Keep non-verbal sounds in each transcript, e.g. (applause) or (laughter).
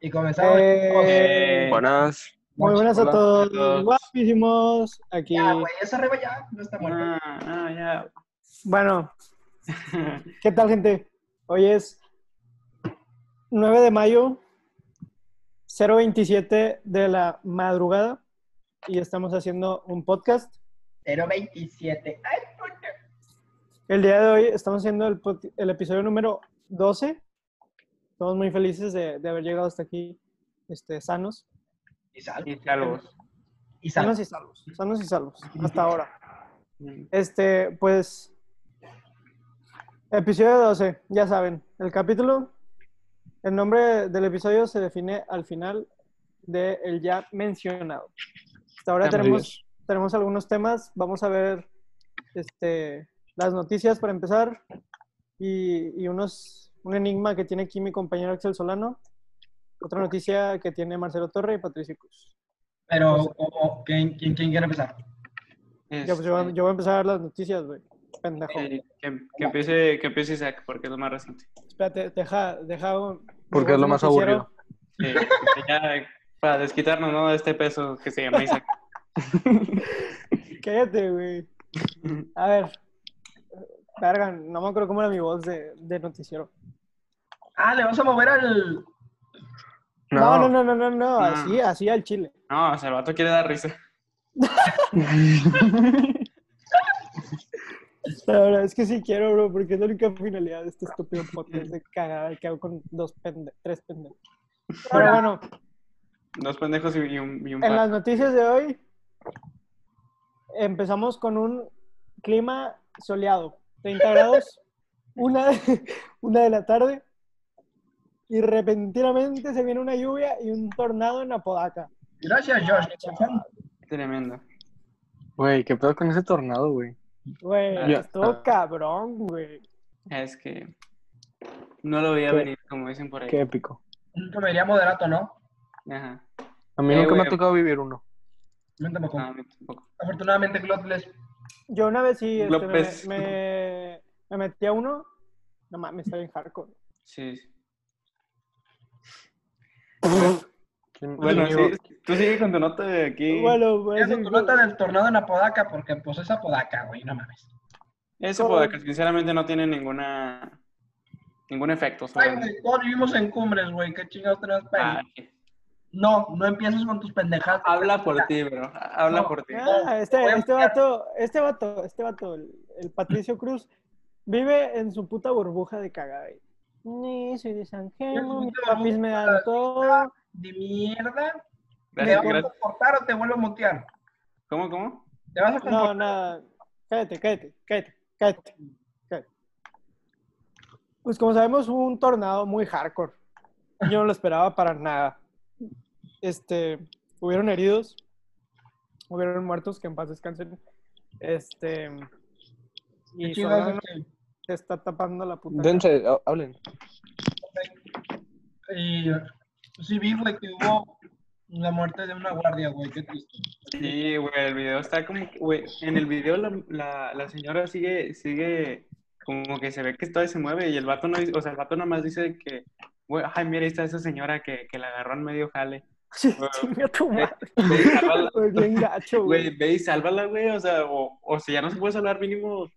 Y comenzamos. Eh, Buenas. Muy buenas a Hola. todos, todos. guapísimos. Aquí, Ya, pues. güey, eso arriba ya, no está muerto. Ah, ah, ya. bueno, ¿qué tal, gente? Hoy es 9 de mayo, 027 de la madrugada, y estamos haciendo un podcast. 027. Ay, puta. El día de hoy estamos haciendo el, pod- el episodio número 12. Estamos muy felices de, de haber llegado hasta aquí este, sanos. Y salvo. Y salvos. Y salvo. Sanos y salvos. Sanos y salvos. Hasta ahora. Este, pues. Episodio 12, ya saben. El capítulo. El nombre del episodio se define al final del ya mencionado. Hasta ahora Estamos tenemos, tenemos algunos temas. Vamos a ver este, las noticias para empezar. Y, y unos, un enigma que tiene aquí mi compañero Axel Solano. Otra noticia que tiene Marcelo Torre y Patricio Cruz. Pero, o- o, ¿quién, quién, quién quiere empezar? Ya, pues, yo, voy a- yo voy a empezar las noticias, güey. Pendejo. Este, eh, que, que empiece, que empiece Isaac, porque es lo (laughs) más reciente. Espérate, deja, deja un- Porque es lo más noticiero. aburrido. Eh, ya, para desquitarnos, ¿no? De este peso que se (laughs) llama Isaac. Cállate, güey. A ver. Verga, no me acuerdo cómo era mi voz de, de noticiero. Ah, le vamos a mover al. No, no, no, no, no, no, Ah. así, No. así al chile. No, o sea, el vato quiere dar risa. La verdad es que sí quiero, bro, porque es la única finalidad de este estúpido podcast de cagar que hago con dos pende tres pendejos. (laughs) Pero bueno, Dos pendejos y, y un, y un en las par. noticias de hoy empezamos con un clima soleado, 30 grados, una de, (laughs) una de la tarde, y repentinamente se viene una lluvia y un tornado en Apodaca. Gracias, Josh. Tremendo. Güey, qué pedo con ese tornado, güey. Güey, Ya. estuvo cabrón, güey. Es que no lo veía Qué- venir, como dicen por ahí. Qué épico. Nunca me diría moderato, ¿no? Ajá. A mí Eh, nunca me güey. ha tocado vivir uno. No, tampoco. No, a mí tampoco. Afortunadamente, Pues Glotles. Yo una vez sí este, me, López. me- me metí a uno, no mames, está bien hardcore. Sí. sí. Pues ¿Quién- Bueno, quién iba- sí, tú sigue con tu nota de aquí. Bueno, Ya pues, se tu nota del tornado en Apodaca, porque pues es Apodaca, güey, no mames. Eso, Podaca, sinceramente no tiene ninguna ningún efecto sobre Ay, güey, todos vivimos en cumbres, güey, qué chingados tenemos para Ah, ahí? No, no empieces con tus pendejadas. Habla por ti, bro. Habla No. por ti. Ah, este, Voy a este buscar. vato, este vato, este vato, el, el Patricio Cruz, vive en su puta burbuja de cagada. güey. Ni soy de San Gemo, mis puta papis me burbuja. dan todo. De mierda. Gracias, ¿Te vas gracias. a cortar o te vuelvo a mutear? ¿Cómo, cómo? ¿Te vas a No, comportar? nada. Cállate, cállate, cállate, cállate, cállate. Pues como sabemos, hubo un tornado muy hardcore. Yo no lo esperaba para nada. Este, hubieron heridos, hubieron muertos, que en paz descansen. Este, ¿Qué y chingados Solano es que- te está tapando la puta. Dense, ha- hablen. Y sí vi, güey, que hubo la muerte de una guardia, güey, qué triste. Sí, güey, el video está como que, güey, en el video la, la, la señora sigue, sigue, como que se ve que todavía se mueve y el vato no dice, o sea, el vato nomás dice que, güey, ay, mira, ahí está esa señora que, que la agarró en medio jale. (laughs) Sí, Ah. chinga tu Ve, madre, ve y sálvala, güey, bien gacho, (laughs) güey. güey, ve y sálvala, güey, o sea, o, o si ya no se puede salvar, mínimo,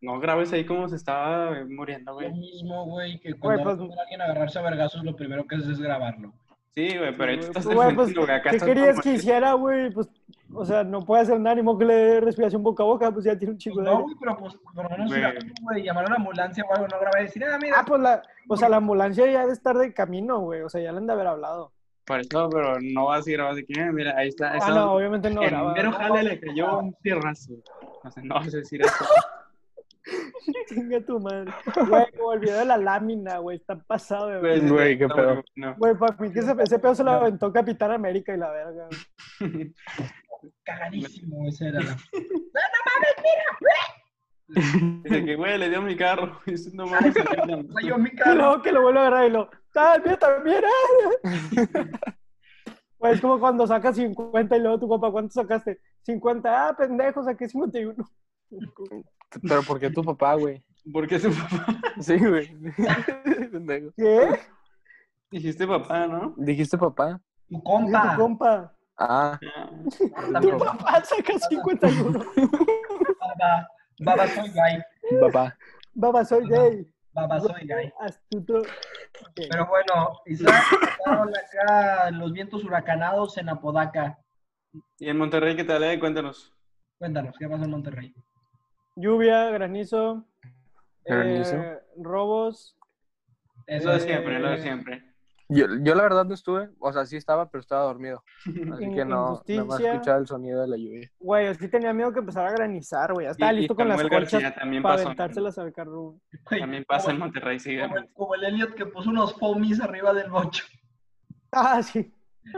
no grabes ahí como se estaba eh, muriendo, Lo güey. mismo, güey, que cuando pues- va a alguien a agarrarse a vergazos, lo primero que haces es grabarlo. Sí, güey, pero ahí tú estás Güey, pues, defendiendo, güey, acá ¿Qué estás querías como- que hiciera, güey? Pues, o sea, no puede hacer nada, ni modo que le dé respiración boca a boca, pues ya tiene un Pues chico de no, aire. güey, pero pues, por lo menos si Güey. la- güey, llamar a la ambulancia o algo, no grabé, decir, ah, mira, Ah, pues la, o sea, la ambulancia ya debe estar de camino, güey. O sea, ya le han de haber hablado. Por eso, pero no vas a ir, vas a decir, "Eh, mira, ahí está. ahí Ah, está no, obviamente no. el graba, mero ¿no? jale le cayó un tierrazo. O sea, no vas (laughs) a decir eso. Chinga tu madre. Güey, como el video de la lámina, güey. Está pasado, de Pues, güey. Güey, qué está pedo. muy bueno. Güey, para mí que ese, ese pedo se lo aventó Capitán América y la verga. güey. cagadísimo, ese (laughs) era. la- Dice que, güey, le dio mi carro. (laughs) Y dice, no mames, se llaman. (laughs) Güey, yo mi Y cara. luego que lo vuelve a agarrar y lo. También, también, ah". Güey, es como cuando sacas 50 y luego tu papá, ¿cuánto sacaste? 50, ah, pendejo, saqué 51. Pero ¿por qué tu papá, güey? (laughs) ¿Por qué su papá? Sí, güey. (laughs) Pendejo. ¿Qué? (laughs) Dijiste papá, ¿no? ¿Dijiste papá? Tu Dije compa. tu compa. Ah, Tu También, papá saca 51. Baba, baba soy gay. papá. Baba, soy gay. Baba soy gay. Astuto. Gay. Pero bueno, (laughs) Isaac, estaban acá los vientos huracanados en Apodaca. Y en Monterrey, ¿qué tal? eh? Cuéntanos. Cuéntanos, ¿qué pasó en Monterrey? Lluvia, granizo. eh, Granizo. robos. Eso Lo es de siempre, lo de siempre. Yo, yo la verdad no estuve, o sea, sí estaba, pero estaba dormido. Así In- que no, nada más injusticia. escuchaba el sonido de la lluvia. Güey, así tenía miedo que empezara a granizar, güey. Ya estaba Y- y listo con las Samuel colchas García también para pasó. aventárselas al carro. Güey, (laughs) También pasa en como, Monterrey, sí. como el- como el Elliot que puso unos foamies arriba del bocho. (laughs) Ah, sí.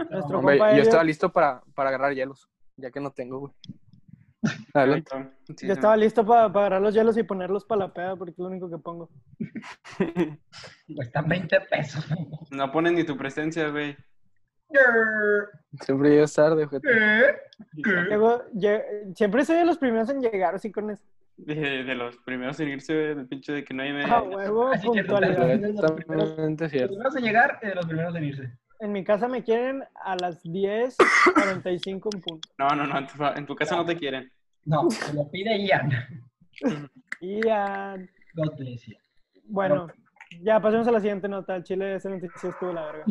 Nuestro Hombre, compa yo Elliot estaba listo para, para agarrar hielos, ya que no tengo, güey. Adelante. Sí, ya sí. estaba listo para agarrar los hielos y ponerlos para la peda, porque es lo único que pongo. Cuestan 20 pesos. (laughs) No pones ni tu presencia, güey. Siempre llegas tarde, ojete. ¿Qué? ¿Qué? Luego, lle- siempre soy de los primeros en llegar así con eso. (laughs) De, de los primeros en irse, güey, del pinche de que no hay media. Ah, huevo, Así que no te puntualidad. olvides. Exactamente Los cierto. primeros en llegar y de los primeros en irse. En mi casa me quieren a las 10.45 en punto. No, no, no, en tu, en tu casa no te quieren. No, se lo pide Ian. (laughs) Y ya. God bless you. Bueno, ya pasemos a la siguiente nota. El Chile ese noticia estuvo la verga.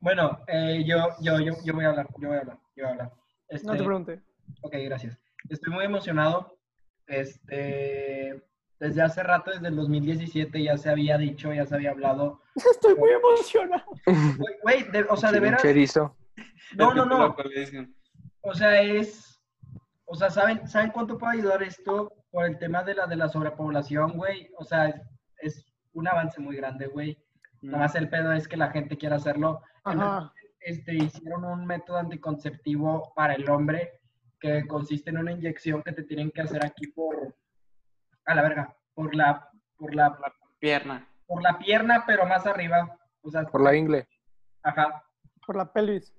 Bueno, eh, yo, yo, yo, yo voy a hablar, yo voy a hablar, yo voy a hablar. Este, No te pregunte. Ok, gracias. Estoy muy emocionado. Este, desde hace rato, desde el 2017, ya se había dicho, ya se había hablado. (laughs) Estoy muy emocionado. Güey, Güey, de- o sea, de Pinche veras. erizo. No, El no, no. loco, le dicen. O sea, es. O sea, ¿saben, ¿saben cuánto puede ayudar esto por el tema de la, de la sobrepoblación, güey? O sea, es, es un avance muy grande, güey. Mm. Nada más el pedo es que la gente quiera hacerlo. Ajá. este, hicieron un método anticonceptivo para el hombre que consiste en una inyección que te tienen que hacer aquí por a la verga, por la por la Pierna. por la pierna, pero más arriba, o sea, Por la ingle. ajá, Por la pelvis.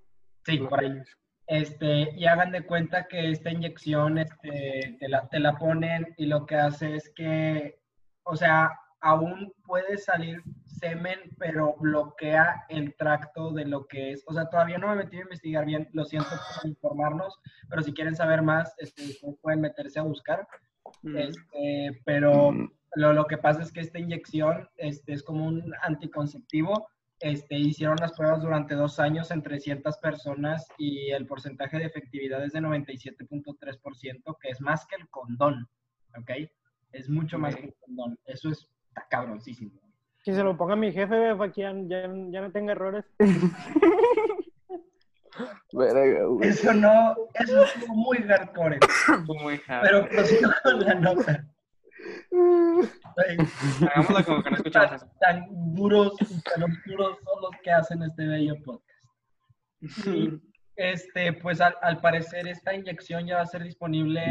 sí, por ahí. Este, y hagan de cuenta que esta inyección este, te, la, te la ponen y lo que hace es que, o sea, aún puede salir semen, pero bloquea el tracto de lo que es. O sea, todavía no me metí a investigar bien, lo siento por informarnos, pero si quieren saber más, este, ustedes pueden meterse a buscar. Mm. Este, pero Mm. lo, lo que pasa es que esta inyección este, es como un anticonceptivo. Este, hicieron las pruebas durante dos años en 300 personas y el porcentaje de efectividad es de 97.3%, que es más que el condón, ¿ok? Es mucho más que el condón. Eso es está cabroncísimo. Que se lo ponga mi jefe, güey, para que ya, ya- ya no tenga errores. Verga, güey. Eso no, eso es muy hardcore. Tú muy hard. Pero prosigo con la nota. Ay, Hagámosla como que no escuchamos Tan, (laughs) eso. tan duros y tan oscuros son los que hacen este bello podcast. Este, pues al, al parecer esta inyección ya va a ser disponible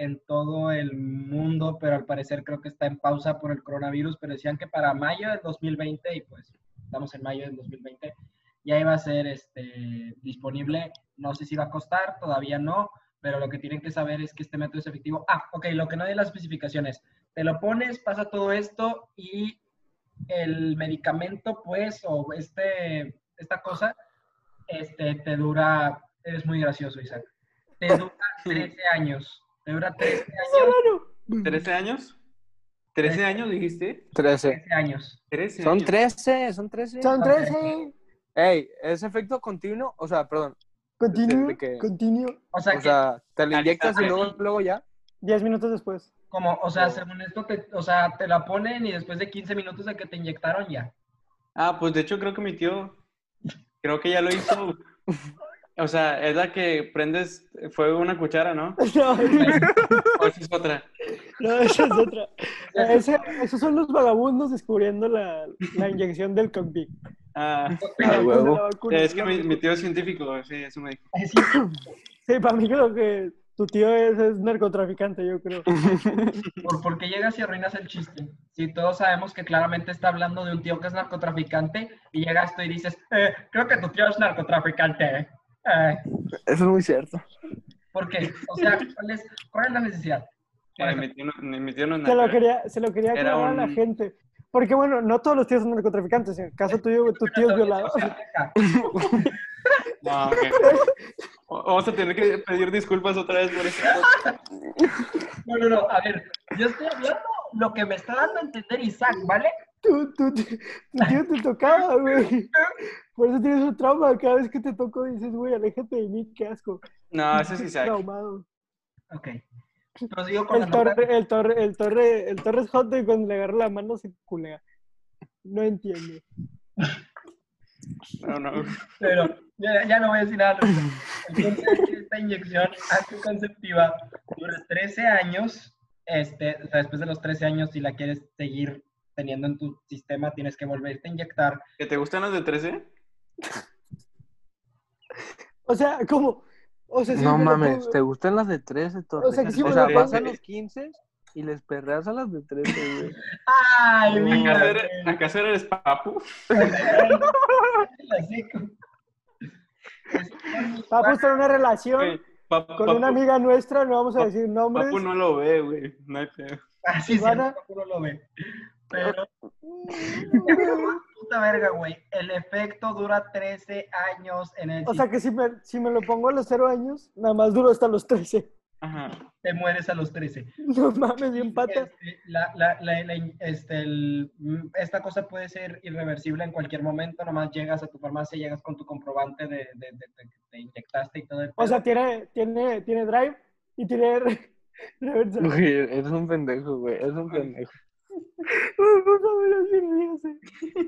en todo el mundo, pero al parecer creo que está en pausa por el coronavirus, pero decían que para mayo del 2020, y pues estamos en mayo del 2020, ya iba a ser este, disponible. No sé si va a costar, todavía no, pero lo que tienen que saber es que este método es efectivo. Ah, ok, lo que no hay en las especificaciones. Te lo pones, pasa todo esto y el medicamento, pues, o este, esta cosa, este, te dura, eres muy gracioso, Isaac. Te dura 13 años. Te dura 13 años. ¿13 años? ¿13 años dijiste? 13. 13 años. 13 Son años. 13, son 13. Son 13. Ey, es efecto continuo, o sea, perdón. Continuo. Desde que- Continuo. O sea, O que sea, te lo Ah, inyectas y sí. luego, luego ya. Diez minutos después. (laughs) como, o sea, según esto, te, o sea, te la ponen y después de 15 minutos de que te inyectaron ya. Ah, pues de hecho creo que mi tío, creo que ya lo hizo. O sea, es la que prendes, fue una cuchara, ¿no? No, O esa es otra. no, esa es (laughs) otra. Ese- esos son los vagabundos descubriendo la, la inyección del cockpit. Ah, (laughs) Ah, huevo. es que mi, mi tío es científico, sí, eso me dijo. Es Sí, para mí creo que tu tío es, es narcotraficante, yo creo. Por, porque llegas y arruinas el chiste. Si todos sabemos que claramente está hablando de un tío que es narcotraficante y llegas tú y dices, "Eh, creo que tu tío es narcotraficante. Eh, Eso es muy cierto. ¿Por qué? O sea, ¿cuál es, cuál es la necesidad? Eh, mi, tío no, mi tío no es Se lo nada. quería, se lo quería Era aclarar a la un- gente. Porque bueno, no todos los tíos son narcotraficantes. En el caso tuyo, güey, tu tío es violador. No, ok. O- Vamos a tener que pedir disculpas otra vez por eso. No, no, no, a ver, yo estoy hablando lo que me está dando a entender Isaac, ¿vale? (laughs) Tu, tu, tu tío te tocaba, güey. Por eso tienes un trauma. Cada vez que te toco dices, güey, aléjate de mí, qué asco. No, eso es Isaac. Traumado. Ok. Prosigo con la El nota. torre, el torre, el torre, el torre es hot y cuando le agarra la mano se culea. No entiendo. No, no. Pero ya, ya no voy a decir nada. al respecto. Entonces, esta inyección anticonceptiva dura 13 años. Este, o sea, después de los 13 años, si la quieres seguir teniendo en tu sistema, tienes que volverte a inyectar. ¿Que te gustan los de 13? O sea, ¿cómo? O sea, sí, No me lo mames, pongo- ¿te gustan las de 13, Torres? O sea, que sí o me sea lo vas a pongo. los 15 y les perreas a las de 13, güey. ¡Ay, ¿Acaso mira! eres- ¿Acaso eres papu? Va a estar una relación Güey, pa- con Eh, pues. papu- una amiga nuestra, no vamos a Pap- decir nombres. Papu no lo ve, güey. No hay pedo. (laughs) Así se Ivana. uno lo ve. Pero (laughs) Puta verga, güey. El efecto dura 13 años en el O sistema. sea que si me, si me lo pongo a los cero años, nada más duro hasta los 13. Ajá. Te mueres a los 13. No mames, bien pata. Este, la- la- la- la- este, el- mm, esta cosa puede ser irreversible en cualquier momento. Nomás llegas a tu farmacia, llegas con tu comprobante de, de- de- de que te inyectaste y todo el O pedo. sea, tiene, tiene, tiene drive y tiene re- reversa. No, (laughs) Güey, eres un pendejo, güey. Eres un pendejo. por favor, así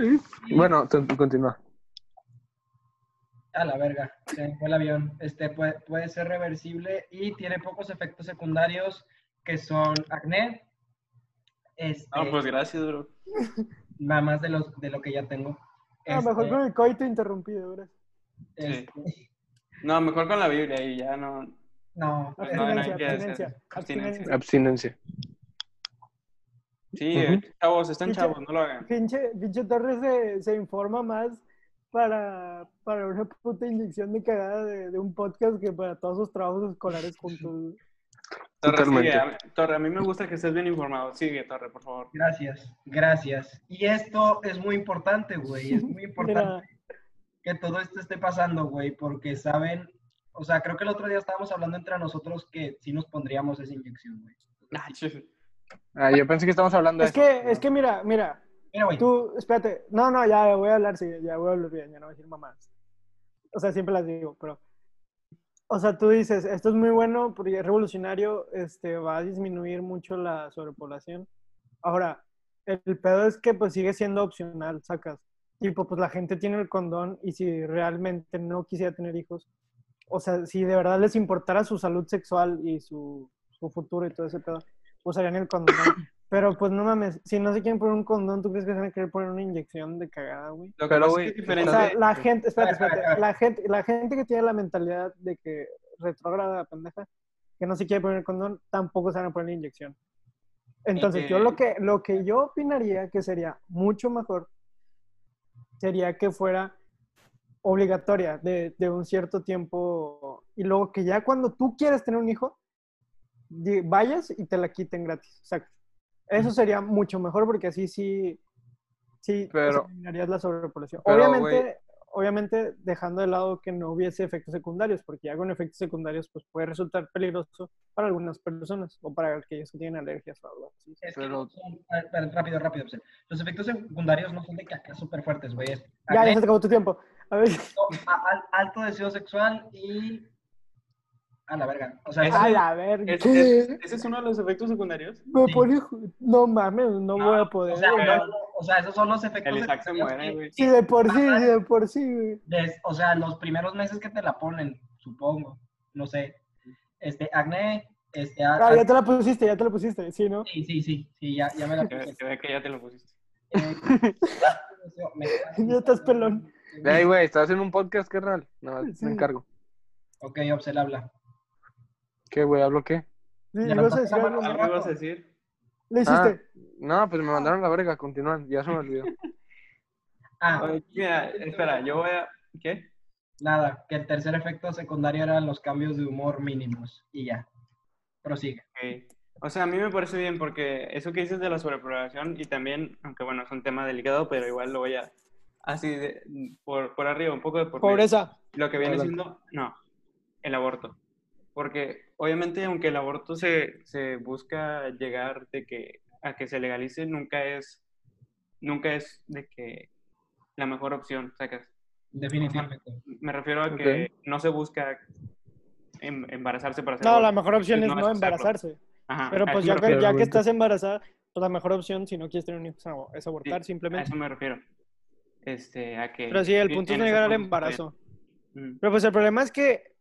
ríase. Bueno, tú- tú continúa. A la verga, se me fue el avión. Este puede, puede ser reversible y tiene pocos efectos secundarios que son acné. Este, Ah, pues gracias, bro. nada más de, los, de lo que ya tengo. Ah, mejor Este, con el coito interrumpido, ahora. este, No, mejor con la Biblia y ya no. No, Pues pero- no, no hay Abstinencia, que hacer abstinencia, eso. abstinencia. Abstinencia. Sí, eh, chavos, están Pinche- chavos, no lo hagan. Pinche, pinche Torres se, se informa más para, para una puta inyección de cagada de, de un podcast que para todos sus trabajos escolares juntos. Torre, Totalmente. sigue. A- Torre, a mí me gusta que estés bien informado. Sigue, Torre, (laughs) por favor. gracias, gracias. Y esto es muy importante, güey. Es muy importante Mira, que todo esto esté pasando, güey, porque saben, o sea, creo que el otro día estábamos hablando entre nosotros que sí nos pondríamos esa inyección, güey. Ah, chis- Ah, yo pensé que estábamos hablando de es que, es que mira, mira, Mira, güey, tú, espérate, no, no, ya voy a hablar, sí, ya voy a hablar bien, ya no voy a decir mamás. O sea, siempre las digo, pero, o sea, tú dices, esto es muy bueno porque es revolucionario, este, va a disminuir mucho la sobrepoblación. Ahora, el, el pedo es que pues sigue siendo opcional, sacas. Tipo, pues la gente tiene el condón y si realmente no quisiera tener hijos, o sea, si de verdad les importara su salud sexual y su, su futuro y todo ese pedo, usarían el condón. Pero pues no mames, si no se quieren poner un condón, ¿tú crees que se van a querer poner una inyección de cagada, güey? Lo que Pero, pasa güey, es que es O diferente. sea, la gente, espérate, Espera, espera, espérate, la gente, la gente que tiene la mentalidad de que retrógrada pendeja, que no se quiere poner condón, tampoco se van a poner la inyección. Entonces, yo lo que, lo que yo opinaría que sería mucho mejor sería que fuera obligatoria de, de un cierto tiempo y luego que ya cuando tú quieres tener un hijo, di- vayas y te la quiten gratis. Exacto. Eso sería mucho mejor porque así sí, sí Pero- eliminarías la sobrepoblación. pero, obviamente, güey. obviamente dejando de lado que no hubiese efectos secundarios, porque ya con efectos secundarios pues puede resultar peligroso para algunas personas o para aquellos que tienen alergias o algo así. es que pero- no son- a ver, espera, rápido, rápido. pues, Los efectos secundarios no son de que acá súper fuertes, güey. es Ya, acné, ya se acabó tu tiempo. A ver, a- al- alto deseo sexual y... A la verga. O sea, (laughs) Es- a la verga. Es- es- ¿Ese es uno de los efectos secundarios? (laughs) Me Sí. pone ju- No mames, no, No, voy a o poder. sea, güey. no, no, o sea, esos son los efectos El Isaac se secundarios muere, que- güey. si de por sí, si de por sí, güey. des- o sea, los primeros meses que te la ponen, supongo. No sé. Este, acné, este... a- Ah, ya te la pusiste, ya te la pusiste, sí, ¿no? Sí, sí, sí, sí, ya, ya me la Que, puse. que ve que ya te lo pusiste. Eh, (laughs) me- Ya estás pelón. Ey, güey, estás en un podcast, carnal. No, Sí. me encargo. Ok, Obsel habla. ¿Qué, güey? ¿Hablo qué? Sí, Ya ibas a no decir pasa algo, nada. ¿no? ¿Algo ibas a decir? Le Ah, hiciste. no, pues me mandaron a la verga. Continúan, ya se me (laughs) olvidó. Ah, Oye, mira, espera, yo voy a... ¿Qué? nada, que el tercer efecto secundario eran los cambios de humor mínimos. Y ya. Prosigue. Ok. O sea, a mí me parece bien porque eso que dices de la sobrepoblación y también, aunque bueno, es un tema delicado, pero igual lo voy a así de- por, por arriba, un poco de por medio. Pobreza. Lo que viene Adelante. siendo, no, el aborto. Porque obviamente aunque el aborto se, se busca llegar de que, a que se legalice, nunca es, nunca es de que la mejor opción, sacas. Definitivamente. Me refiero a que no se busca em- embarazarse para hacer No, la aborto. mejor opción Pues es no no es hacerlo. embarazarse. Ajá, Pero a pues eso ya que, me refiero. ya que Obviamente. estás embarazada, pues la mejor opción, si no quieres tener un hijo, es abo- es abortar Sí, A simplemente. eso me refiero. Este, a que... Pero sí, el punto es en ese negar al punto está embarazo. bien. Mm. Pero pues el problema es que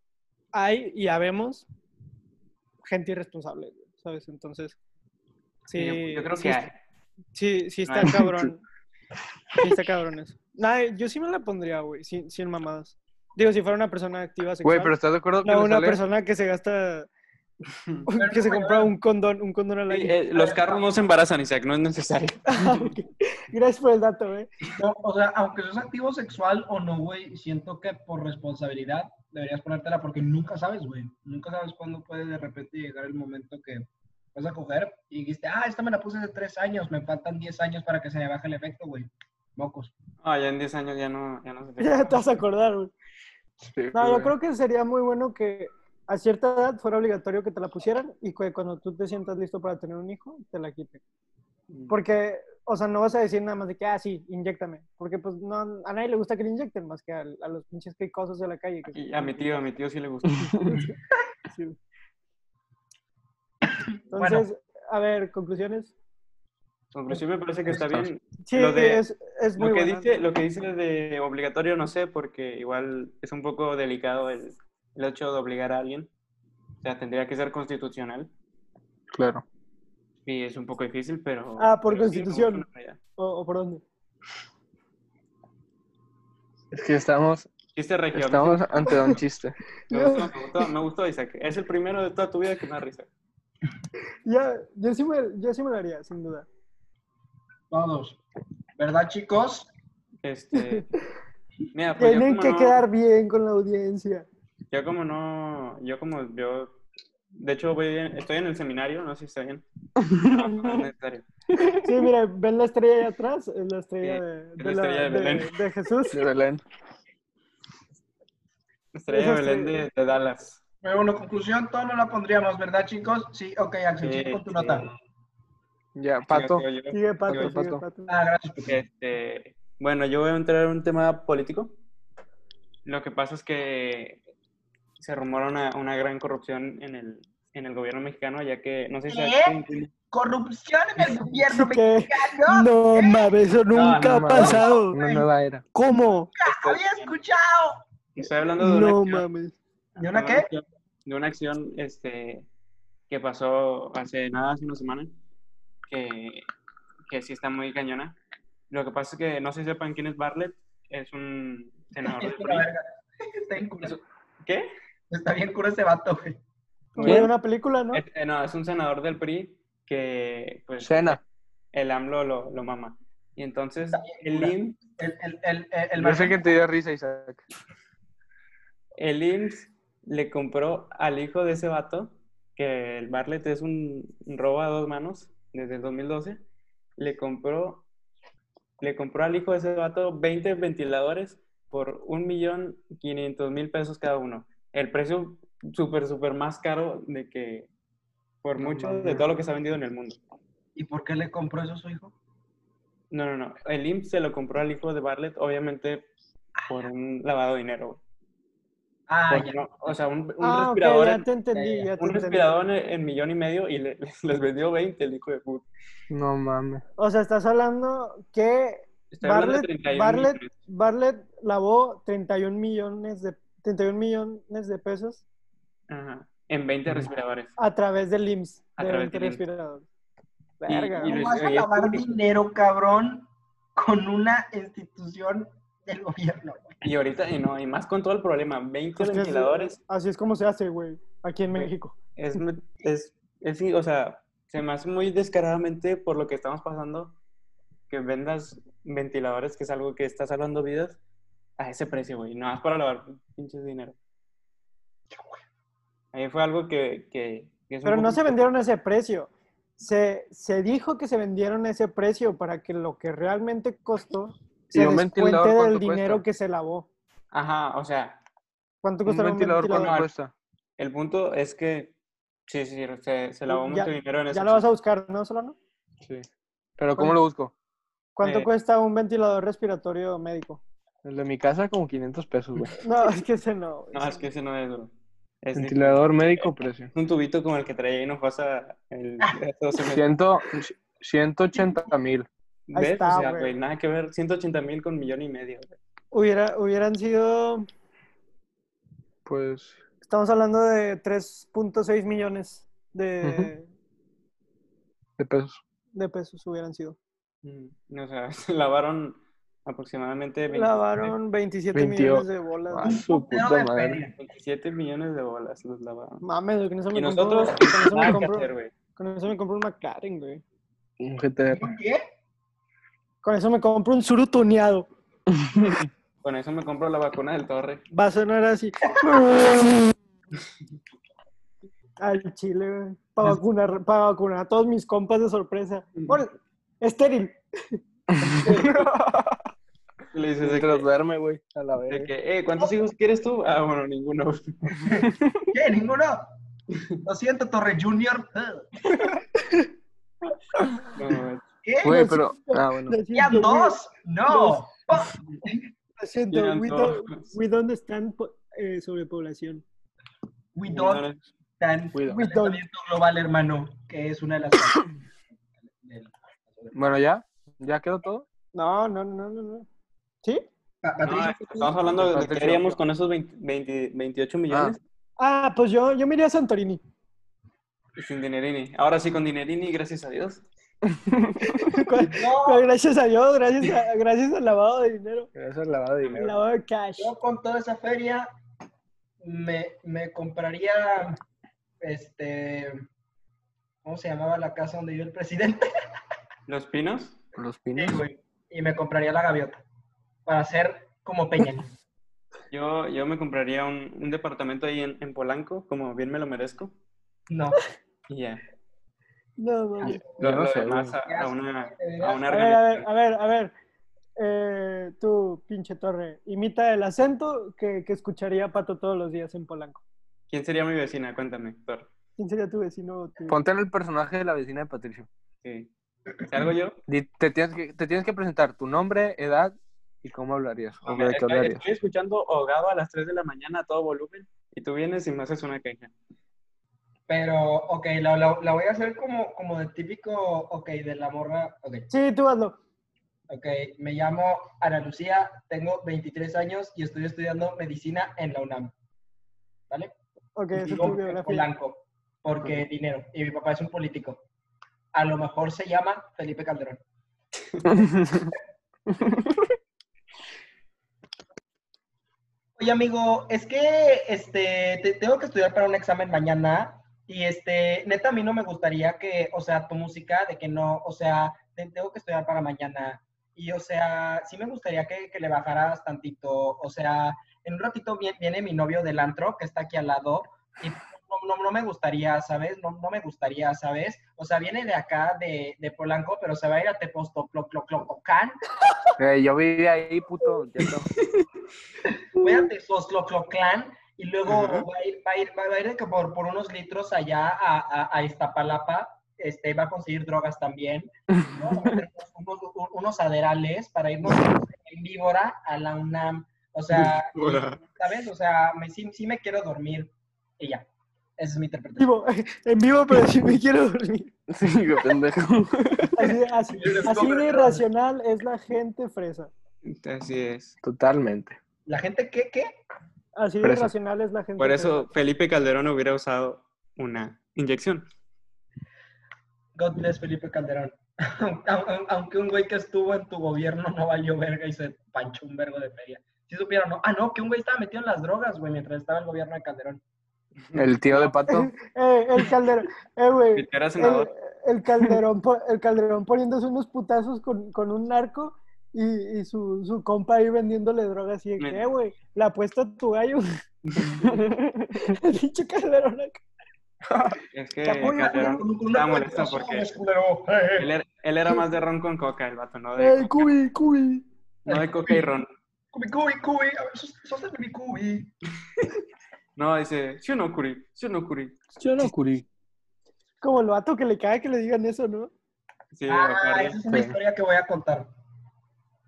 hay y habemos gente irresponsable, güey, ¿sabes? Entonces, sí. Sí, yo- yo creo sí que está- hay. Sí, sí está hay. cabrón. Sí está cabrón eso. Nah, yo sí me la pondría, güey, sin, sin mamadas. Digo, si fuera una persona activa sexual. Güey, pero ¿estás de acuerdo que no, le una sale? persona que se (laughs) gasta, (laughs) que se Pero, compra un condón, un condón al Sí, año. eh, los carros no se embarazan, Isaac, no es necesario. Ah, (laughs) ok. Gracias por el dato, eh. güey. No, o sea, aunque seas activo sexual o no, güey, siento que por responsabilidad deberías ponértela porque nunca sabes, güey. Nunca sabes cuándo puede de repente llegar el momento que vas a coger y dijiste, ah, esta me la puse hace tres años, me faltan 10 años para que se me baje el efecto, güey. Mocos. Ah, ya en 10 años ya no, (laughs) ya no se te- Ya te vas a acordar, güey. Sí, No, yo güey. creo que sería muy bueno que a cierta edad fuera obligatorio que te la pusieran y que cuando tú te sientas listo para tener un hijo, te la quiten. Mm. Porque, o sea, no vas a decir nada más de que, ah, sí, inyéctame. Porque, pues, no, a nadie le gusta que le inyecten más que a, a los pinches cricosos de la calle. que- Y a mi tío, a mi tío sí (laughs) le gusta. Sí. Entonces, a ver, conclusiones. Pero sí me parece que está bien. Sí, Lo de- es, es muy Lo que, buena. dice, lo que dice de obligatorio, no sé, porque igual es un poco delicado el, el hecho de obligar a alguien. O sea, tendría que ser constitucional. Claro. Y es un poco difícil, pero... Ah, por pero sí, constitución. vamos con la idea. O, o por dónde? Es que estamos, Chiste regio. estamos ante un chiste. (laughs) Me gustó, me gustó, me gustó, Isaac. Es el primero de toda tu vida que me da risa. Ya, yo, sí me, yo sí me lo haría, sin duda. Todos. ¿Verdad, chicos? (laughs) Este... Mira, pues yo Tienen como que no- quedar bien con la audiencia. Yo como no, yo como yo, de hecho voy en- estoy en el seminario, no sé si (laughs) está bien. No, no es necesario. Sí, mira, ven la estrella ahí atrás, es la estrella, de, Sí, de la la- estrella de- de Belén. de Jesús. De Belén. Estrella Eso Belén estoy- de, de Dallas. Bueno, conclusión, todos no la pondríamos, ¿verdad, chicos? Sí, ok, Axel, Sí, sigue con tu sí. nota. Ya, Pato. Yo- eh, yo- Sigue pato, Sigue sigue Pato. pato. Ah, gracias. Este, bueno, yo voy a entrar en un tema político. Lo que pasa es que se rumora una, una gran corrupción en el, en el gobierno mexicano, ya que no sé si... ¿Qué? Corrupción en (laughs) el gobierno ¿Qué? mexicano. No mames, eso nunca no ha mames. pasado. Una nueva era. ¿Cómo? Había escuchado. Estoy hablando de una No acción- mames. ¿Y una de qué? acción- De una acción este, que pasó hace nada, hace una semana, que, que sí está muy cañona. Lo que pasa es que no sé si sepan quién es Bartlett, es un senador del Es una PRI. verga. (laughs) Está bien cura. Eso- ¿Qué? Está bien cura ese vato, güey. Muy Güey, bien. una película, ¿no? Es- eh, no, es un senador del PRI que pues, Cena. el AMLO lo, lo mama. Y entonces Está bien el cura. IMSS, El, el, el, el, el Yo sé que te dio risa, Isaac. el IMSS le compró al hijo de ese vato, que el Bartlett es un robo a dos manos desde el 2012, le compró, le compró al hijo de ese vato 20 ventiladores por 1.500.000 pesos cada uno. El precio súper, súper más caro de que por No mucho de mames. todo lo que se ha vendido en el mundo. ¿Y por qué le compró eso a su hijo? No, no, no. El IMSS se lo compró al hijo de Bartlett, obviamente por un lavado de dinero. güey. Ah, Porque ya. no- o sea, un, un Ah, ok, respirador, ya en- te entendí, ya te un entendí. respirador en, en millón y medio y le- (laughs) les, les vendió 20 el hijo de puta. No mames. O sea, estás hablando que Estoy hablando de Bartlett- 31 Bartlett- millones. Bartlett lavó 31 millones de 31 millones de pesos Ajá, en 20 respiradores. a través del IMSS, A de través 20 del IMSS. respiradores. Y- Verga. y ¿Cómo les- vas a y es lavar público. dinero, cabrón, con una institución del gobierno, güey? Y ahorita, y no, y más con todo el problema, 20 Es que así- ventiladores Así es como se hace, güey, aquí en Güey. México. es, es, es- o sea, se me hace muy descaradamente por lo que estamos pasando que vendas ventiladores, que es algo que está salvando vidas, a ese precio, güey. No es para lavar pinches dinero. Ahí fue algo que, que, que es un Pero no poquito- se vendieron a ese precio. Se, se dijo que se vendieron a ese precio para que lo que realmente costó ¿Y se un ventilador descuente cuánto del cuesta? dinero que se lavó. Ajá, o sea, ¿Cuánto Un costará un ventilador? ventilador, ¿cuánto ventilador? cuesta? el punto es que sí, sí, se, se lavó Ya- mucho dinero en eso. Ya lo vas a buscar, ¿no, Solano? Sí. Pero ¿cómo lo busco? ¿Cuánto Eh. cuesta un ventilador respiratorio médico? (laughs) El de mi casa, como 500 pesos, güey. No, es que ese no. güey. No, es que ese no es, bro. Es ni- Ventilador médico, precio. un tubito como el que traía y nos pasa (laughs) el... eso se me- Ciento, 180 mil. Ahí ¿Ves? está, o sea, güey. güey, nada que ver. 180 mil con millón y medio. güey. Hubiera, hubieran sido. Pues Estamos hablando de 3.6 millones de, de pesos. de pesos, hubieran sido. Mm, O sea, (laughs) se lavaron aproximadamente 20 Lavaron 27 Veintio- millones de bolas. Ah, güey. su Pero puta de madre. feria. 27 millones de bolas los lavaron. Mames, güey, con eso me Y compro- nosotros, con eso me nada que compro- hacer, güey. Con eso me compro un McLaren, güey. Un GTR. ¿Por qué? Con eso me compro un Zuru tuneado. Con eso me compro la vacuna del torre. Va a sonar así. Al chile, güey. Para vacunar, para vacunar a todos mis compas de sorpresa. Bueno, estéril. Y le dices de Mientras que, duerme, güey. A la de verga. que, eh, ¿cuántos hijos quieres tú? Ah, bueno, ninguno. (laughs) ¿Qué? ¿Ninguno? Lo siento, Torre Junior. Ugh. No, güey. ¿Qué? Güey, pero. Ah, bueno. (laughs) Lo (laughs) ¿Ya siento, güey. dos? No. Lo siento, Eran we todos. don't, we don't stand po- eh, sobrepoblación. We don't tan We don't. el calentamiento global, hermano, que es una de las cosas del- Bueno, ya. ¿Ya quedó todo? No, no, no, no, no. ¿Sí? Pa- No, Patricio, estamos hablando de qué Patricio. haríamos con esos 20 20 28 millones Ah, pues yo, yo me iría a Santorini. y sin dinerini. Ahora sí, con dinerini, gracias a Dios. Con- con- gracias a Dios, gracias, a- gracias al lavado de dinero. Esa es lavada de al dinero. lavado de cash. yo con toda esa feria me, me compraría este ¿cómo se llamaba la casa donde vive el presidente? ¿Los pinos? Los pinos. güey. y me compraría la gaviota para hacer como Peña. Nieto. Yo, yo me compraría un, un departamento ahí en, en Polanco, como bien me lo merezco. No. Y ya. No, mames. Lo, Yo no lo sé, demás a, güey. a una, a Eh, una A ver, a ver, organización. a ver, a ver. Eh, tú, pinche torre, imita el acento que, que escucharía Pato todos los días en Polanco. ¿Quién sería mi vecina? Cuéntame, Thor. ¿Quién sería tu vecino? tu- Ponte en el personaje de la vecina de Patricio. Sí. (laughs) ¿Salgo yo? Di- Te tienes que, te tienes que presentar tu nombre, edad y cómo hablarías. O de qué Estoy, hablarías. estoy escuchando ahogado a las 3 de la mañana a todo volumen y tú vienes y me haces una queja. Pero, ok, la, la- la voy a hacer como, como de típico, ok, de la morra, ok. Sí, tú hazlo. Ok, me llamo Ana Lucía, tengo 23 años y estoy estudiando medicina en la UNAM. ¿Vale? Ok, esa es Digo, tu biografía. blanco, porque dinero. Y mi papá es un político. A lo mejor se llama Felipe (laughs) Calderón. Oye, amigo, es que este, te- tengo que estudiar para un examen mañana y este, neta, a mí no me gustaría que, o sea, tu música, de que no, o sea, te- tengo que estudiar para mañana. Y, o sea, sí me gustaría que, que le bajaras tantito. O sea, en un ratito vie- viene mi novio del antro, que está aquí al lado, y no, no, no me gustaría, ¿sabes? No, no me gustaría, ¿sabes? O sea, viene de acá, de, de Polanco, pero se va a ir a Tepostoclocloclococán Eh, yo vivía ahí, puto. ya está. voy a Texoscloclán y luego Ajá. va, a ir, va, a ir, va a ir de que por, por unos litros allá a, a, a Iztapalapa. Este, va a conseguir drogas también. ¿no? Va a tener unos, unos- unos aderales para irnos en víbora a la UNAM. O sea, ¿sabes? O sea, me, sí, sí me quiero dormir y ya. Esa es mi interpretación. Vivo, (laughs) en vivo, pero si me quiero dormir. Sí, qué pendejo. Así, así- así de irracional es la gente fresa. Así es. Totalmente. ¿La gente qué? ¿Qué? Así de Fresa. irracional es la gente Por eso Felipe Calderón hubiera usado una inyección. God bless Felipe Calderón. (laughs) Aun- Aunque un güey que estuvo en tu gobierno no valió verga y se panchó un vergo de feria. Si supieron, no. Ah, no, que un güey estaba metido en las drogas, güey, mientras estaba el gobierno de Calderón. El tío de Pato. fresa. Eh, el calderón. Eh, güey. Si era el, senador, el calderón, po- el calderón poniéndose unos putazos con, con un narco y, y su, su compa ahí vendiéndole drogas y de que, Me- "Eh, (laughs) güey, la apuesta a tu gallo. El pinche calderón acá. Es que Eh, Calderón estaba molesto porque Eh, él era, él era más de ron con coca, el vato, no de, ¡Ey, Cubi, Cubi! no de coca y ron. Cubi, cubi, cubi. A ver, sos- sos de mi cubi. No, dice, yo no curi, yo no curi. Yo (laughs) no curí. Como el vato que le cae que le digan eso, ¿no? Sí, Ah, Bacardi. esa es una historia que voy a contar.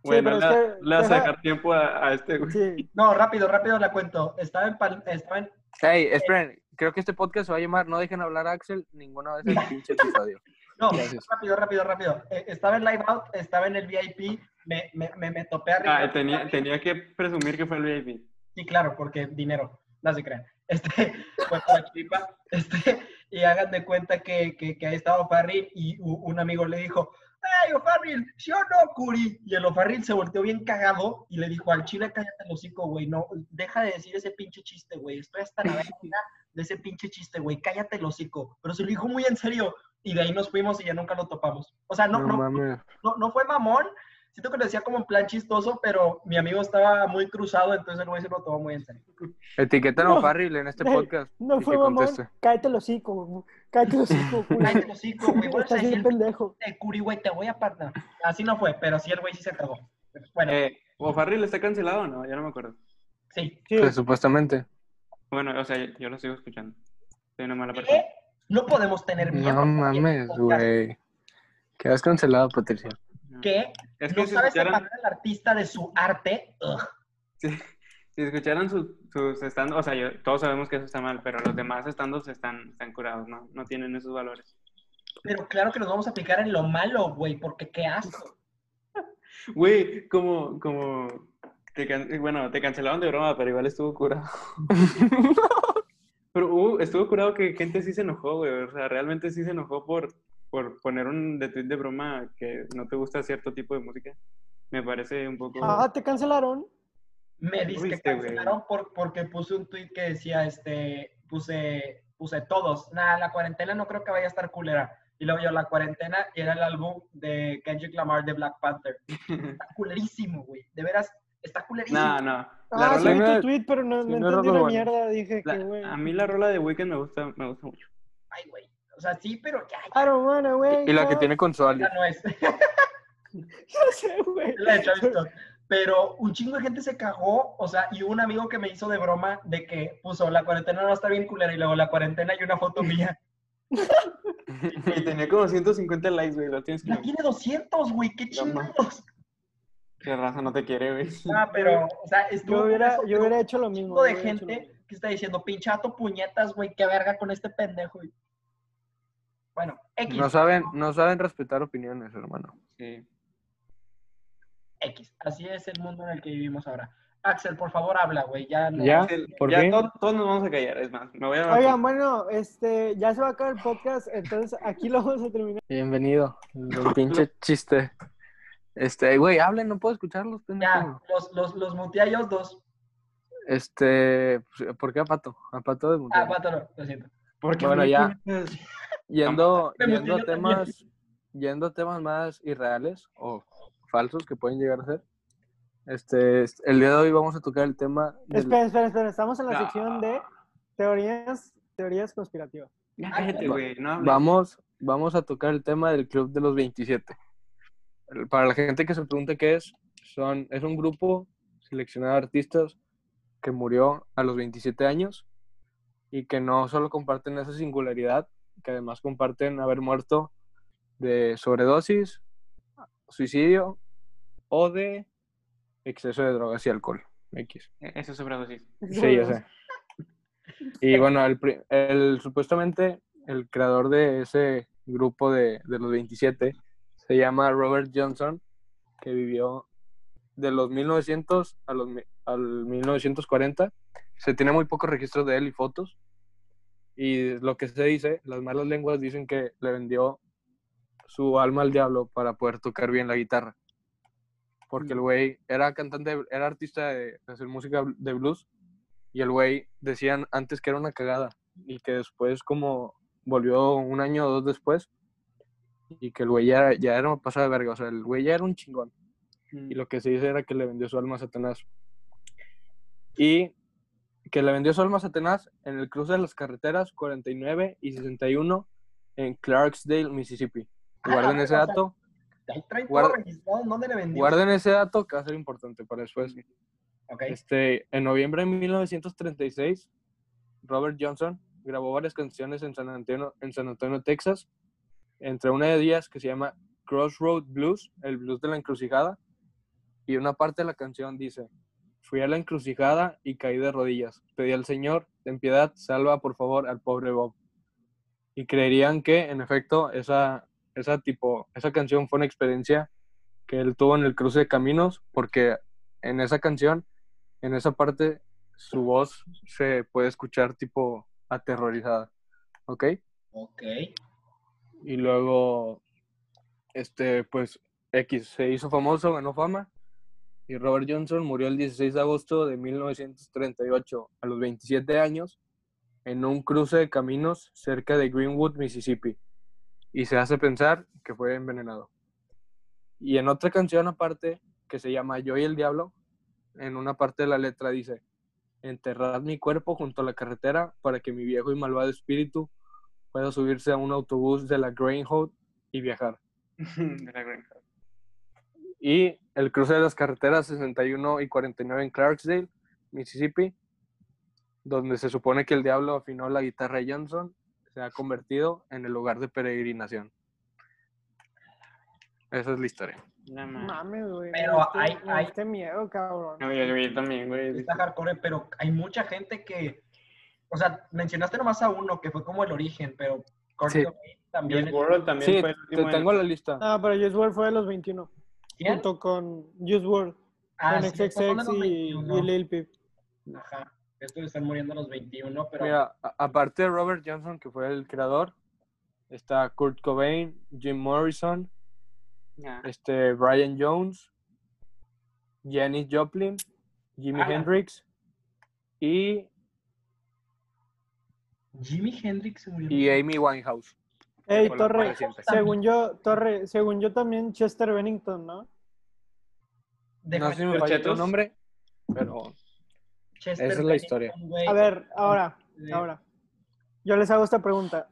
Bueno, pero es le- que- le vas a deja- dejar tiempo a, a este güey. Sí. No, rápido, rápido la cuento. Estaba en, Pal- estaba en Hey, esperen, creo que este podcast se va a llamar No dejen hablar a Axel ninguna vez en el pinche episodio. No, (laughs) Gracias. rápido, rápido, rápido. Eh, estaba en Live Out, estaba en el VIP, me, me, me, me topé arriba. Ah, tenía, tenía que presumir que fue el VIP. Sí, claro, porque dinero, no se crean. (laughs) Este, fue con la chiripa, este, y hagan de cuenta que, que, que ahí estaba O'Farrill y u- un amigo le dijo, ¡Hey, O'Farrill, sí o no, Curi! Y el O'Farrill se volteó bien cagado y le dijo, al chile cállate el hocico, güey, no, deja de decir ese pinche chiste, güey, estoy hasta la verga de ese pinche chiste, güey, cállate el hocico. Pero se lo dijo muy en serio y de ahí nos fuimos y ya nunca lo topamos. O sea, no, no, mames. no, no fue mamón. Siento que lo decía como en plan chistoso, pero mi amigo estaba muy cruzado, entonces el güey se lo tomó muy en serio. Etiquétalo No. a Farrell en este Ey, podcast. No y fue que mamón. conteste. Cállate el hocico. Cállate el (laughs) hocico, Cállate Cubi. el hocico, (laughs) güey. Vuelves a Estás bien decir pendejo. de curi, güey, te voy a apartar. Así no fue, pero sí el güey sí se cagó. Bueno, Eh, ¿O Farrell está cancelado o no? Ya no me acuerdo. sí. Sí. Pues, supuestamente. Bueno, o sea, yo lo sigo escuchando. Soy una mala persona. ¿Qué? No podemos tener miedo. No mames, güey. Quedas cancelado, Patricia. ¿Qué? Es que ¿No si, sabes escucharan, separar al artista de su arte? Ugh. si escucharan sus, sus stand o sea, yo- todos sabemos que eso está mal, pero los demás estandos están, están curados, ¿no? No tienen esos valores. Pero claro que nos vamos a fijar en lo malo, güey, porque qué asco. Güey, como, como, te can- eh, bueno, te cancelaron de broma, pero igual (laughs) estuvo curado. pero hubo- estuvo curado que gente sí se enojó, güey. O sea, realmente sí se enojó por, por poner un de tweet de broma que no te gusta cierto tipo de música. Me parece un poco... Ah, te cancelaron. Me dice que Fuiste, güey. cancelaron por, porque puse un tweet que decía, este, puse, puse todos. Nada, la cuarentena no creo que vaya a estar culera. Y luego yo, la cuarentena y era el álbum de Kendrick Lamar de Black Panther. (laughs) Está culerísimo, güey. De veras, está culerísimo. No, no. La Ah, rola- sí vi rola- tu tweet, pero no, no Sí, no entendí rola una buena. mierda. Dije la- que, güey. a mí la rola de Weekend me gusta, me gusta mucho. Ay, güey. O sea, sí, pero ya, I don't wanna wake Y la que up. tiene con Suali. (laughs) ya no es. (laughs) (laughs) No sé, güey. la de Travis Scott. Pero un chingo de gente se cagó, o sea, y hubo un amigo que me hizo de broma de que puso la cuarentena no está bien culera y luego la cuarentena y una foto (laughs) mía. Y tenía como 150 likes, güey. Lo tienes que... La tiene 200, güey, qué No, ma. chingados. Qué raza no te quiere, güey. Ah, pero, o sea, estuvo Yo hubiera, eso, yo pero hubiera hecho lo un mismo. chingo de yo hubiera hecho lo gente mismo. que está diciendo, pinchato puñetas, güey, qué verga con este pendejo. y- Bueno, X, No saben, no saben respetar opiniones, hermano. Sí. X. Así es el mundo en el que vivimos ahora. Axel, por favor, habla, güey, ya no. Ya, Axel, por ya fin. to- todos nos vamos a callar, es más. Me voy a... Ah, Oigan, bueno, este, ya se va a acabar el podcast, entonces aquí lo vamos a terminar. Bienvenido. El pinche chiste. Este, güey, hablen, no puedo escucharlos, Ya, pendejo. los, los, los muteé a ellos dos. Este, pues, ¿por qué a Pato? A Pato de Ah, Monterrey. Pátalo, lo siento. Porque Bueno, ya. Pues, Yendo, Me yendo a emocioné temas, yendo a temas más irreales o falsos que pueden llegar a ser. Este, es- el día de hoy vamos a tocar el tema del- Espera, espera, espera, estamos en la No. Ah. sección de teorías, teorías conspirativas. Ya cállate, güey. No hables. Vamos, vamos a tocar el tema del Club de los 27. El- Para la gente que se pregunte qué es, son, es un grupo seleccionado de artistas que murió a los 27 años y que no solo comparten esa singularidad, que además comparten haber muerto de sobredosis, suicidio o de exceso de drogas y alcohol. X. Eh, Eso es sobredosis. Sí, yo sé. Y bueno, el, pri- el- supuestamente el creador de ese grupo de, de los 27 se llama Robert Johnson, que vivió de los 1900 a los, mi- al 1940. Se tiene muy pocos registros de él y fotos. Y lo que se dice, las malas lenguas dicen que le vendió su alma al diablo para poder tocar bien la guitarra. Porque el güey era cantante, era artista de hacer música de blues. Y el güey decían antes que era una cagada y que después como volvió un año o dos después y que el güey ya, ya era un pasado de verga, o sea, el güey ya era un chingón. Mm. Y lo que se dice era que le vendió su alma a Satanás. Y que la vendió Sol Mazatenaz en el cruce de las carreteras 49 y 61 en Clarksdale, Mississippi. Ah, Guarden o ese sea, dato, Ahí trae todo Guarda- registrado en dónde le vendió. guarden ese dato que va a ser importante para después. Ok. Este, en noviembre de 1936, Robert Johnson grabó varias canciones en San Antonio, en San Antonio, Texas. Entre una de ellas que se llama Crossroad Blues, el blues de la encrucijada, y una parte de la canción dice: Fui a la encrucijada y caí de rodillas. Pedí al Señor, ten piedad, salva por favor al pobre Bob. Y creerían que, en efecto, esa, esa, tipo, esa canción fue una experiencia que él tuvo en el cruce de caminos, porque en esa canción en esa parte su voz se puede escuchar tipo aterrorizada, ¿ok? Ok. Y luego, este, pues X se hizo famoso, ganó fama, y Robert Johnson murió el 16 de agosto de 1938, a los 27 años, en un cruce de caminos cerca de Greenwood, Mississippi, y se hace pensar que fue envenenado. Y en otra canción aparte, que se llama Yo y el Diablo, en una parte de la letra dice, enterrad mi cuerpo junto a la carretera para que mi viejo y malvado espíritu pueda subirse a un autobús de la Greyhound y viajar. (laughs) De la granja. Y el cruce de las carreteras 61 y 49 en Clarksdale, Mississippi, donde se supone que el diablo afinó la guitarra de Johnson, se ha convertido en el lugar de peregrinación. Esa es la historia. La madre. Mames, güey. Ah. Pero me diste- hay- me hay- diste miedo, cabrón. No, yo, yo- yo también, güey. Está hardcore, pero hay mucha gente que. O sea, mencionaste nomás a uno que fue como el origen, pero Kurt Sí. Cobain también. Juice WRLD también Sí, fue el te último en- tengo la lista. Ah, pero Just World fue de los 21. ¿Quién? Junto con Just World, Ah, con sí, XXX estos son de los y, 21. y Lil Peep. Ajá. Estos están muriendo a los 21, pero. Mira, a- aparte de Robert Johnson, que fue el creador, está Kurt Cobain, Jim Morrison, Ah, este, Brian Jones, Janis Joplin, Jimi Ala. Hendrix y, Jimi Hendrix se murió. y Amy Winehouse. Ey, Fue la Torre, más reciente. según yo, Torre, según yo también Chester Bennington, ¿no? De No sé si me falló tu Chetos. nombre, pero Chester esa es la Bennington, historia. güey. A ver, ahora, Sí. ahora. Yo les hago esta pregunta.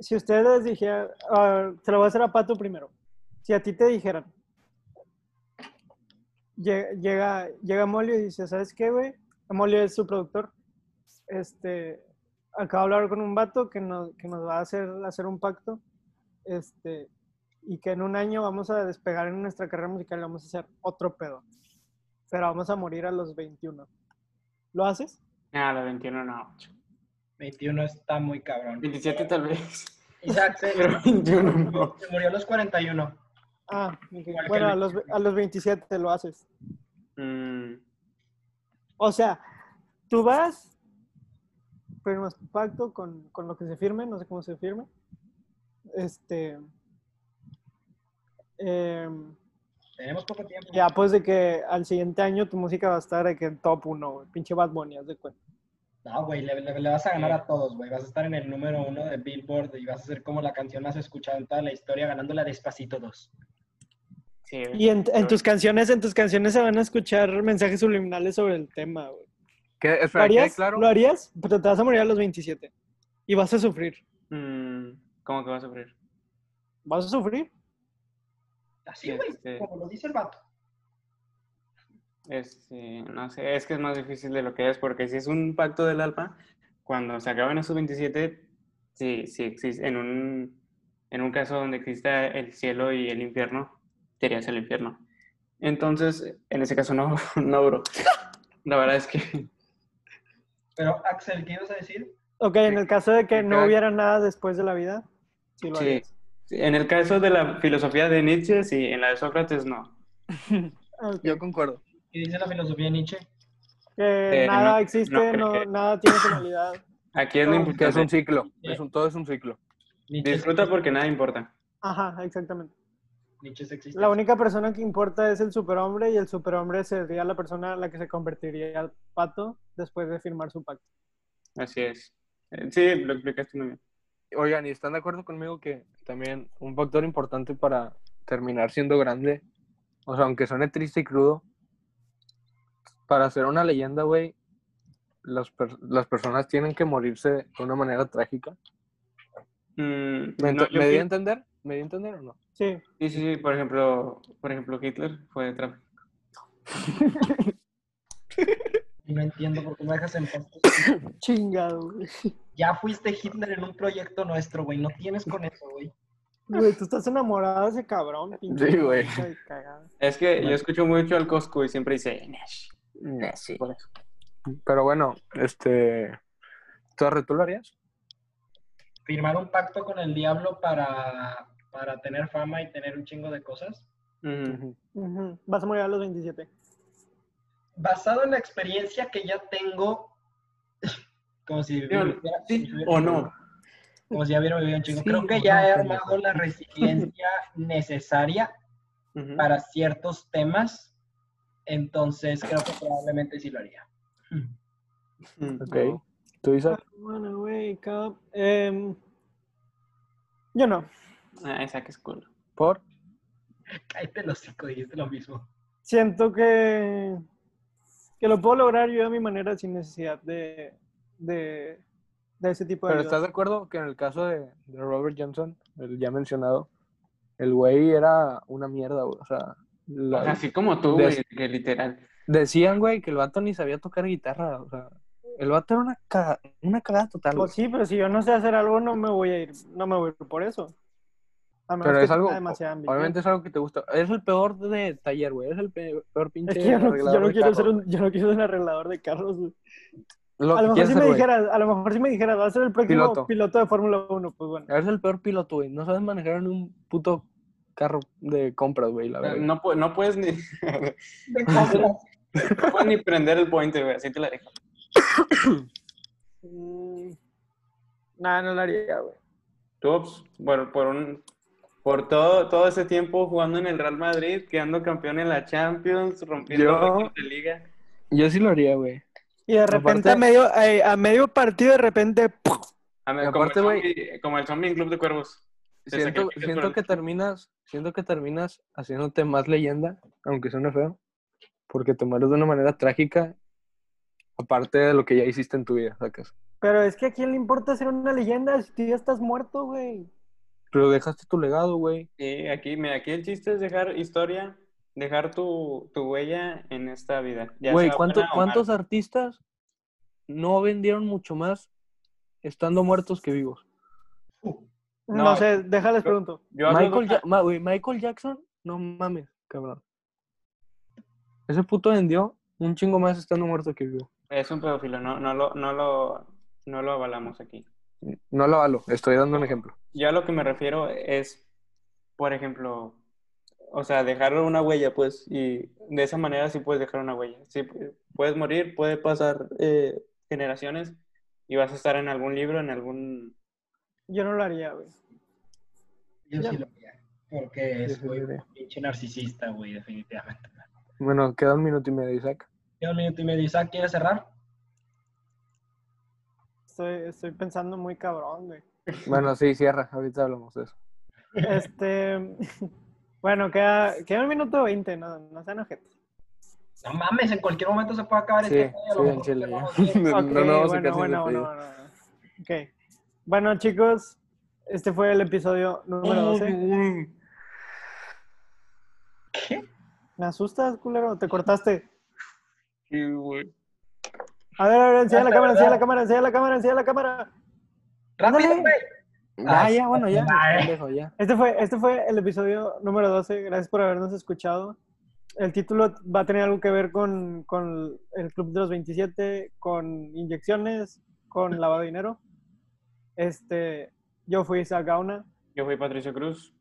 Si ustedes dijeran, ah, se lo voy a hacer a Pato primero. Si a ti te dijeran, lle- llega, llega Molio y dice, ¿sabes qué, güey? Molio es su productor. Este, acabo de hablar con un vato que nos, que nos va a hacer, hacer un pacto. Este, y que en un año vamos a despegar en nuestra carrera musical y vamos a hacer otro pedo. Pero vamos a morir a los 21. ¿Lo haces? nah, la 21 no. 21 está muy cabrón. 27 tal vez. Isaac (laughs) se, Pero 21 no. se murió a los 41. Ah, ok. Igual que bueno, el a los, ve- a los 27 lo haces. Mm, O sea, tú vas, firmas tu pacto con, con lo que se firme, no sé cómo se firme. Este. em, Tenemos poco tiempo. ya, pues de que al siguiente año tu música va a estar de que en top 1, Pinche Bad Bunny, haz de cuenta. No, güey, le, le- le vas a ganar a todos, güey. Vas a estar en el número uno de Billboard y vas a ser como la canción más escuchada en toda la historia, ganándola despacito dos. sí, Y en, en tus canciones, en tus canciones se van a escuchar mensajes subliminales sobre el tema, güey. ¿Qué, ¿Lo espera, ¿quede harías? claro? ¿Lo harías? Pero te vas a morir a los 27. Y vas a sufrir. Mm, ¿Cómo que va a sufrir? ¿Vas a sufrir? Así, güey, Este- como lo dice el vato. Este, no sé, es que es más difícil de lo que es, porque si es un pacto del alma, cuando se acaben esos 27, sí, sí existe, en un, en un caso donde exista el cielo y el infierno, te irías al infierno. Entonces, en ese caso no, (laughs) no, bro. La verdad es que Pero, Axel, ¿qué ibas a decir? Ok, en el caso de que que no cada- hubiera nada después de la vida, (laughs) sí lo Sí. harías. en el caso de la filosofía de Nietzsche, sí, en la de Sócrates, no. Ah, ok. Yo concuerdo. ¿Qué dice la filosofía de Nietzsche? Que Eh, nada no, existe, no no, creo que- nada tiene finalidad. Aquí es No, lo Que es un importante. ciclo, es un- todo es un ciclo. Nietzsche Disfruta porque nada importa. Ajá, exactamente. Nietzsche es existe. La única persona que importa es el superhombre y el superhombre sería la persona a la que se convertiría al pato después de firmar su pacto. Así es. Eh, Sí, lo explicaste muy bien. Oigan, ¿y están de acuerdo conmigo que también un factor importante para terminar siendo grande, o sea, aunque suene triste y crudo, para ser una leyenda, güey, las, per- las personas tienen que morirse de una manera trágica. Mm, ¿Me, no, ent- yo me di a pi- entender? ¿Me di a entender o no? Sí. Sí, sí, sí, por ejemplo, por ejemplo, Hitler fue de tráfico. No entiendo por qué me dejas en paz. Chingado, güey. Ya fuiste Hitler en un proyecto nuestro, güey. No tienes con eso, güey. Güey, tú estás enamorado de ese cabrón. pinche Sí, güey. hijo de cagada. Es que yo escucho mucho al Costco y siempre dice Nash. Por eso. Pero bueno, este. Torre, ¿tú lo harías? Firmar un pacto con el diablo para, para tener fama y tener un chingo de cosas. Ujú. Ujú. Vas a morir a los 27. Basado en la experiencia que ya tengo, (laughs) como si, Dígalo, hubiera- ¿Sí o no? como si ya hubiera vivido un chingo. Sí Creo que o ya no, he pendejo. armado la resiliencia (laughs) necesaria Ujú. Ah, para ciertos temas. Entonces creo que probablemente sí lo haría. Mm. Ok. ¿Tú dices? Ah, Wanna wake up. Em, yo no. Ah, esa que es cool. ¿Por? Cállate los cinco, dijiste lo mismo. (laughs) Siento que, que lo puedo lograr yo a mi manera sin necesidad de, de, de ese Pues tipo de Pero ayuda. ¿estás de acuerdo que en el caso de, de Robert Johnson, el ya mencionado, el güey era una mierda, güey? O sea, la- O sea, así como tú, de- güey, que literal. decían, güey, que el vato ni sabía tocar guitarra. O sea, el vato era una, caga- una cagada total. güey. Pues sí, pero si yo no sé hacer algo, no me voy a ir, no me voy a ir por eso. A menos Pero que es algo, tenga demasiada ambición. obviamente es algo que te gusta. Es el peor de taller, güey. Es el pe- peor (laughs) pinche Es que yo no, yo arreglador no de quiero carro, ser un, güey. yo no quiero ser un arreglador de carros. güey. A Lo lo que mejor quieres si ser, me güey. dijeras, a lo mejor si me dijeras, vas a ser el próximo Piloto. piloto, de Fórmula 1, pues bueno. Eres el peor piloto, güey. No sabes manejar en un puto carro de compras, güey, la O sea, verdad. Eh, No, pu- no puedes ni. (laughs) no puedes ni prender el pointer, güey. Así te la dejo. Mm, Nah, no lo haría, güey. Tú, pues, por, por un. Por todo, todo ese tiempo jugando en el Real Madrid, quedando campeón en la Champions, rompiendo Yo- récords de liga. Yo sí lo haría, güey. Y de repente Aparte- a, medio, eh, a medio partido, de repente, ¡puf! A ver, Y como, aparte, el güey- zombie- como el zombie en Club de Cuervos. Te Siento, sacrificas por siento el- que terminas, siento que terminas haciéndote más leyenda, aunque suene feo, porque te mueres de una manera trágica, aparte de lo que ya hiciste en tu vida, sacas. Pero es que a quién le importa ser una leyenda si tú ya estás muerto, güey. Pero dejaste tu legado, güey. Sí, aquí, mira, aquí el chiste es dejar historia, dejar tu, tu huella en esta vida. Ya Güey, sea ¿cuánto- buena o mala. ¿cuántos artistas no vendieron mucho más estando muertos que vivos? No, No, sé, déjales yo- pregunto. Yo hablo Michael, de- Ja- ma- güey, Michael Jackson, no mames, cabrón. Ese puto vendió un chingo más estando muerto que vivo. Es un pedófilo, no, no, lo, no, lo, no lo avalamos aquí. No lo avalo, estoy dando un ejemplo. Yo a lo que me refiero es, por ejemplo, o sea, dejar una huella, pues, y de esa manera sí puedes dejar una huella. Sí, pu- puedes morir, puede pasar eh, generaciones y vas a estar en algún libro, en algún... Yo no lo haría, güey. Yo sí Ya. lo haría. Porque Sí, sí, soy sí, un pinche narcisista, güey, definitivamente. Bueno, queda un minuto y medio, Isaac. Queda un minuto y medio. Isaac, "Ah, ¿quieres cerrar? Estoy, estoy pensando muy cabrón, güey. Bueno, sí, cierra, ahorita hablamos (laughs) de eso. Este. (laughs) Bueno, queda, queda un minuto veinte, no, no sean ojetes. No mames, en cualquier momento se puede acabar Sí, este pedo, a lo sí, en mejor Chile. cerramos ya. (laughs) bien. No, Ok, no, no, bueno, bueno, bueno, bueno, bueno. Ok. Bueno, chicos, este fue el episodio número 12. ¿Qué? ¿Me asustas, culero? ¿Te cortaste? Sí, güey. A ver, a ver, encilla la Hasta cámara, verdad. encilla la cámara, encilla la cámara, encilla la cámara. ¡Rápido, Ándale. güey! Ah, Ya, ya, bueno, ya. Ay. pendejo, ya. Este fue, este fue el episodio número 12. Gracias por habernos escuchado. El título va a tener algo que ver con, con el Club de los 27, con inyecciones, (laughs) con lavado de dinero. Este, yo fui Isaac Gauna. Yo fui Patricio Cruz.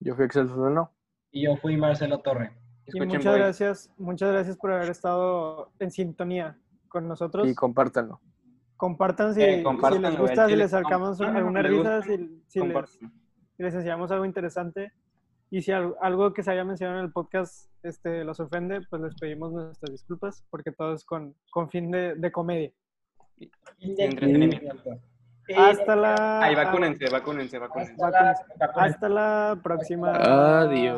Yo fui Excelso, no. Y yo fui Marcelo Torre. Y Escuchen, muchas boys. gracias, muchas gracias por haber estado en sintonía con nosotros. Y compártanlo. compartan si, Eh, si compártanlo, les güey, gusta, al si chile, les sacamos compártanlo, alguna les risa, gusta, si, si les, Compartan. si les enseñamos algo interesante. Y si al- algo que se haya mencionado en el podcast este, los ofende, pues les pedimos nuestras disculpas, porque todo es con, con fin de, de comedia. Y entretenimiento. Y- Hasta la, Ay, vacúnense, vacúnense, vacúnense. Hasta la... Ah, Hasta la próxima. Adiós.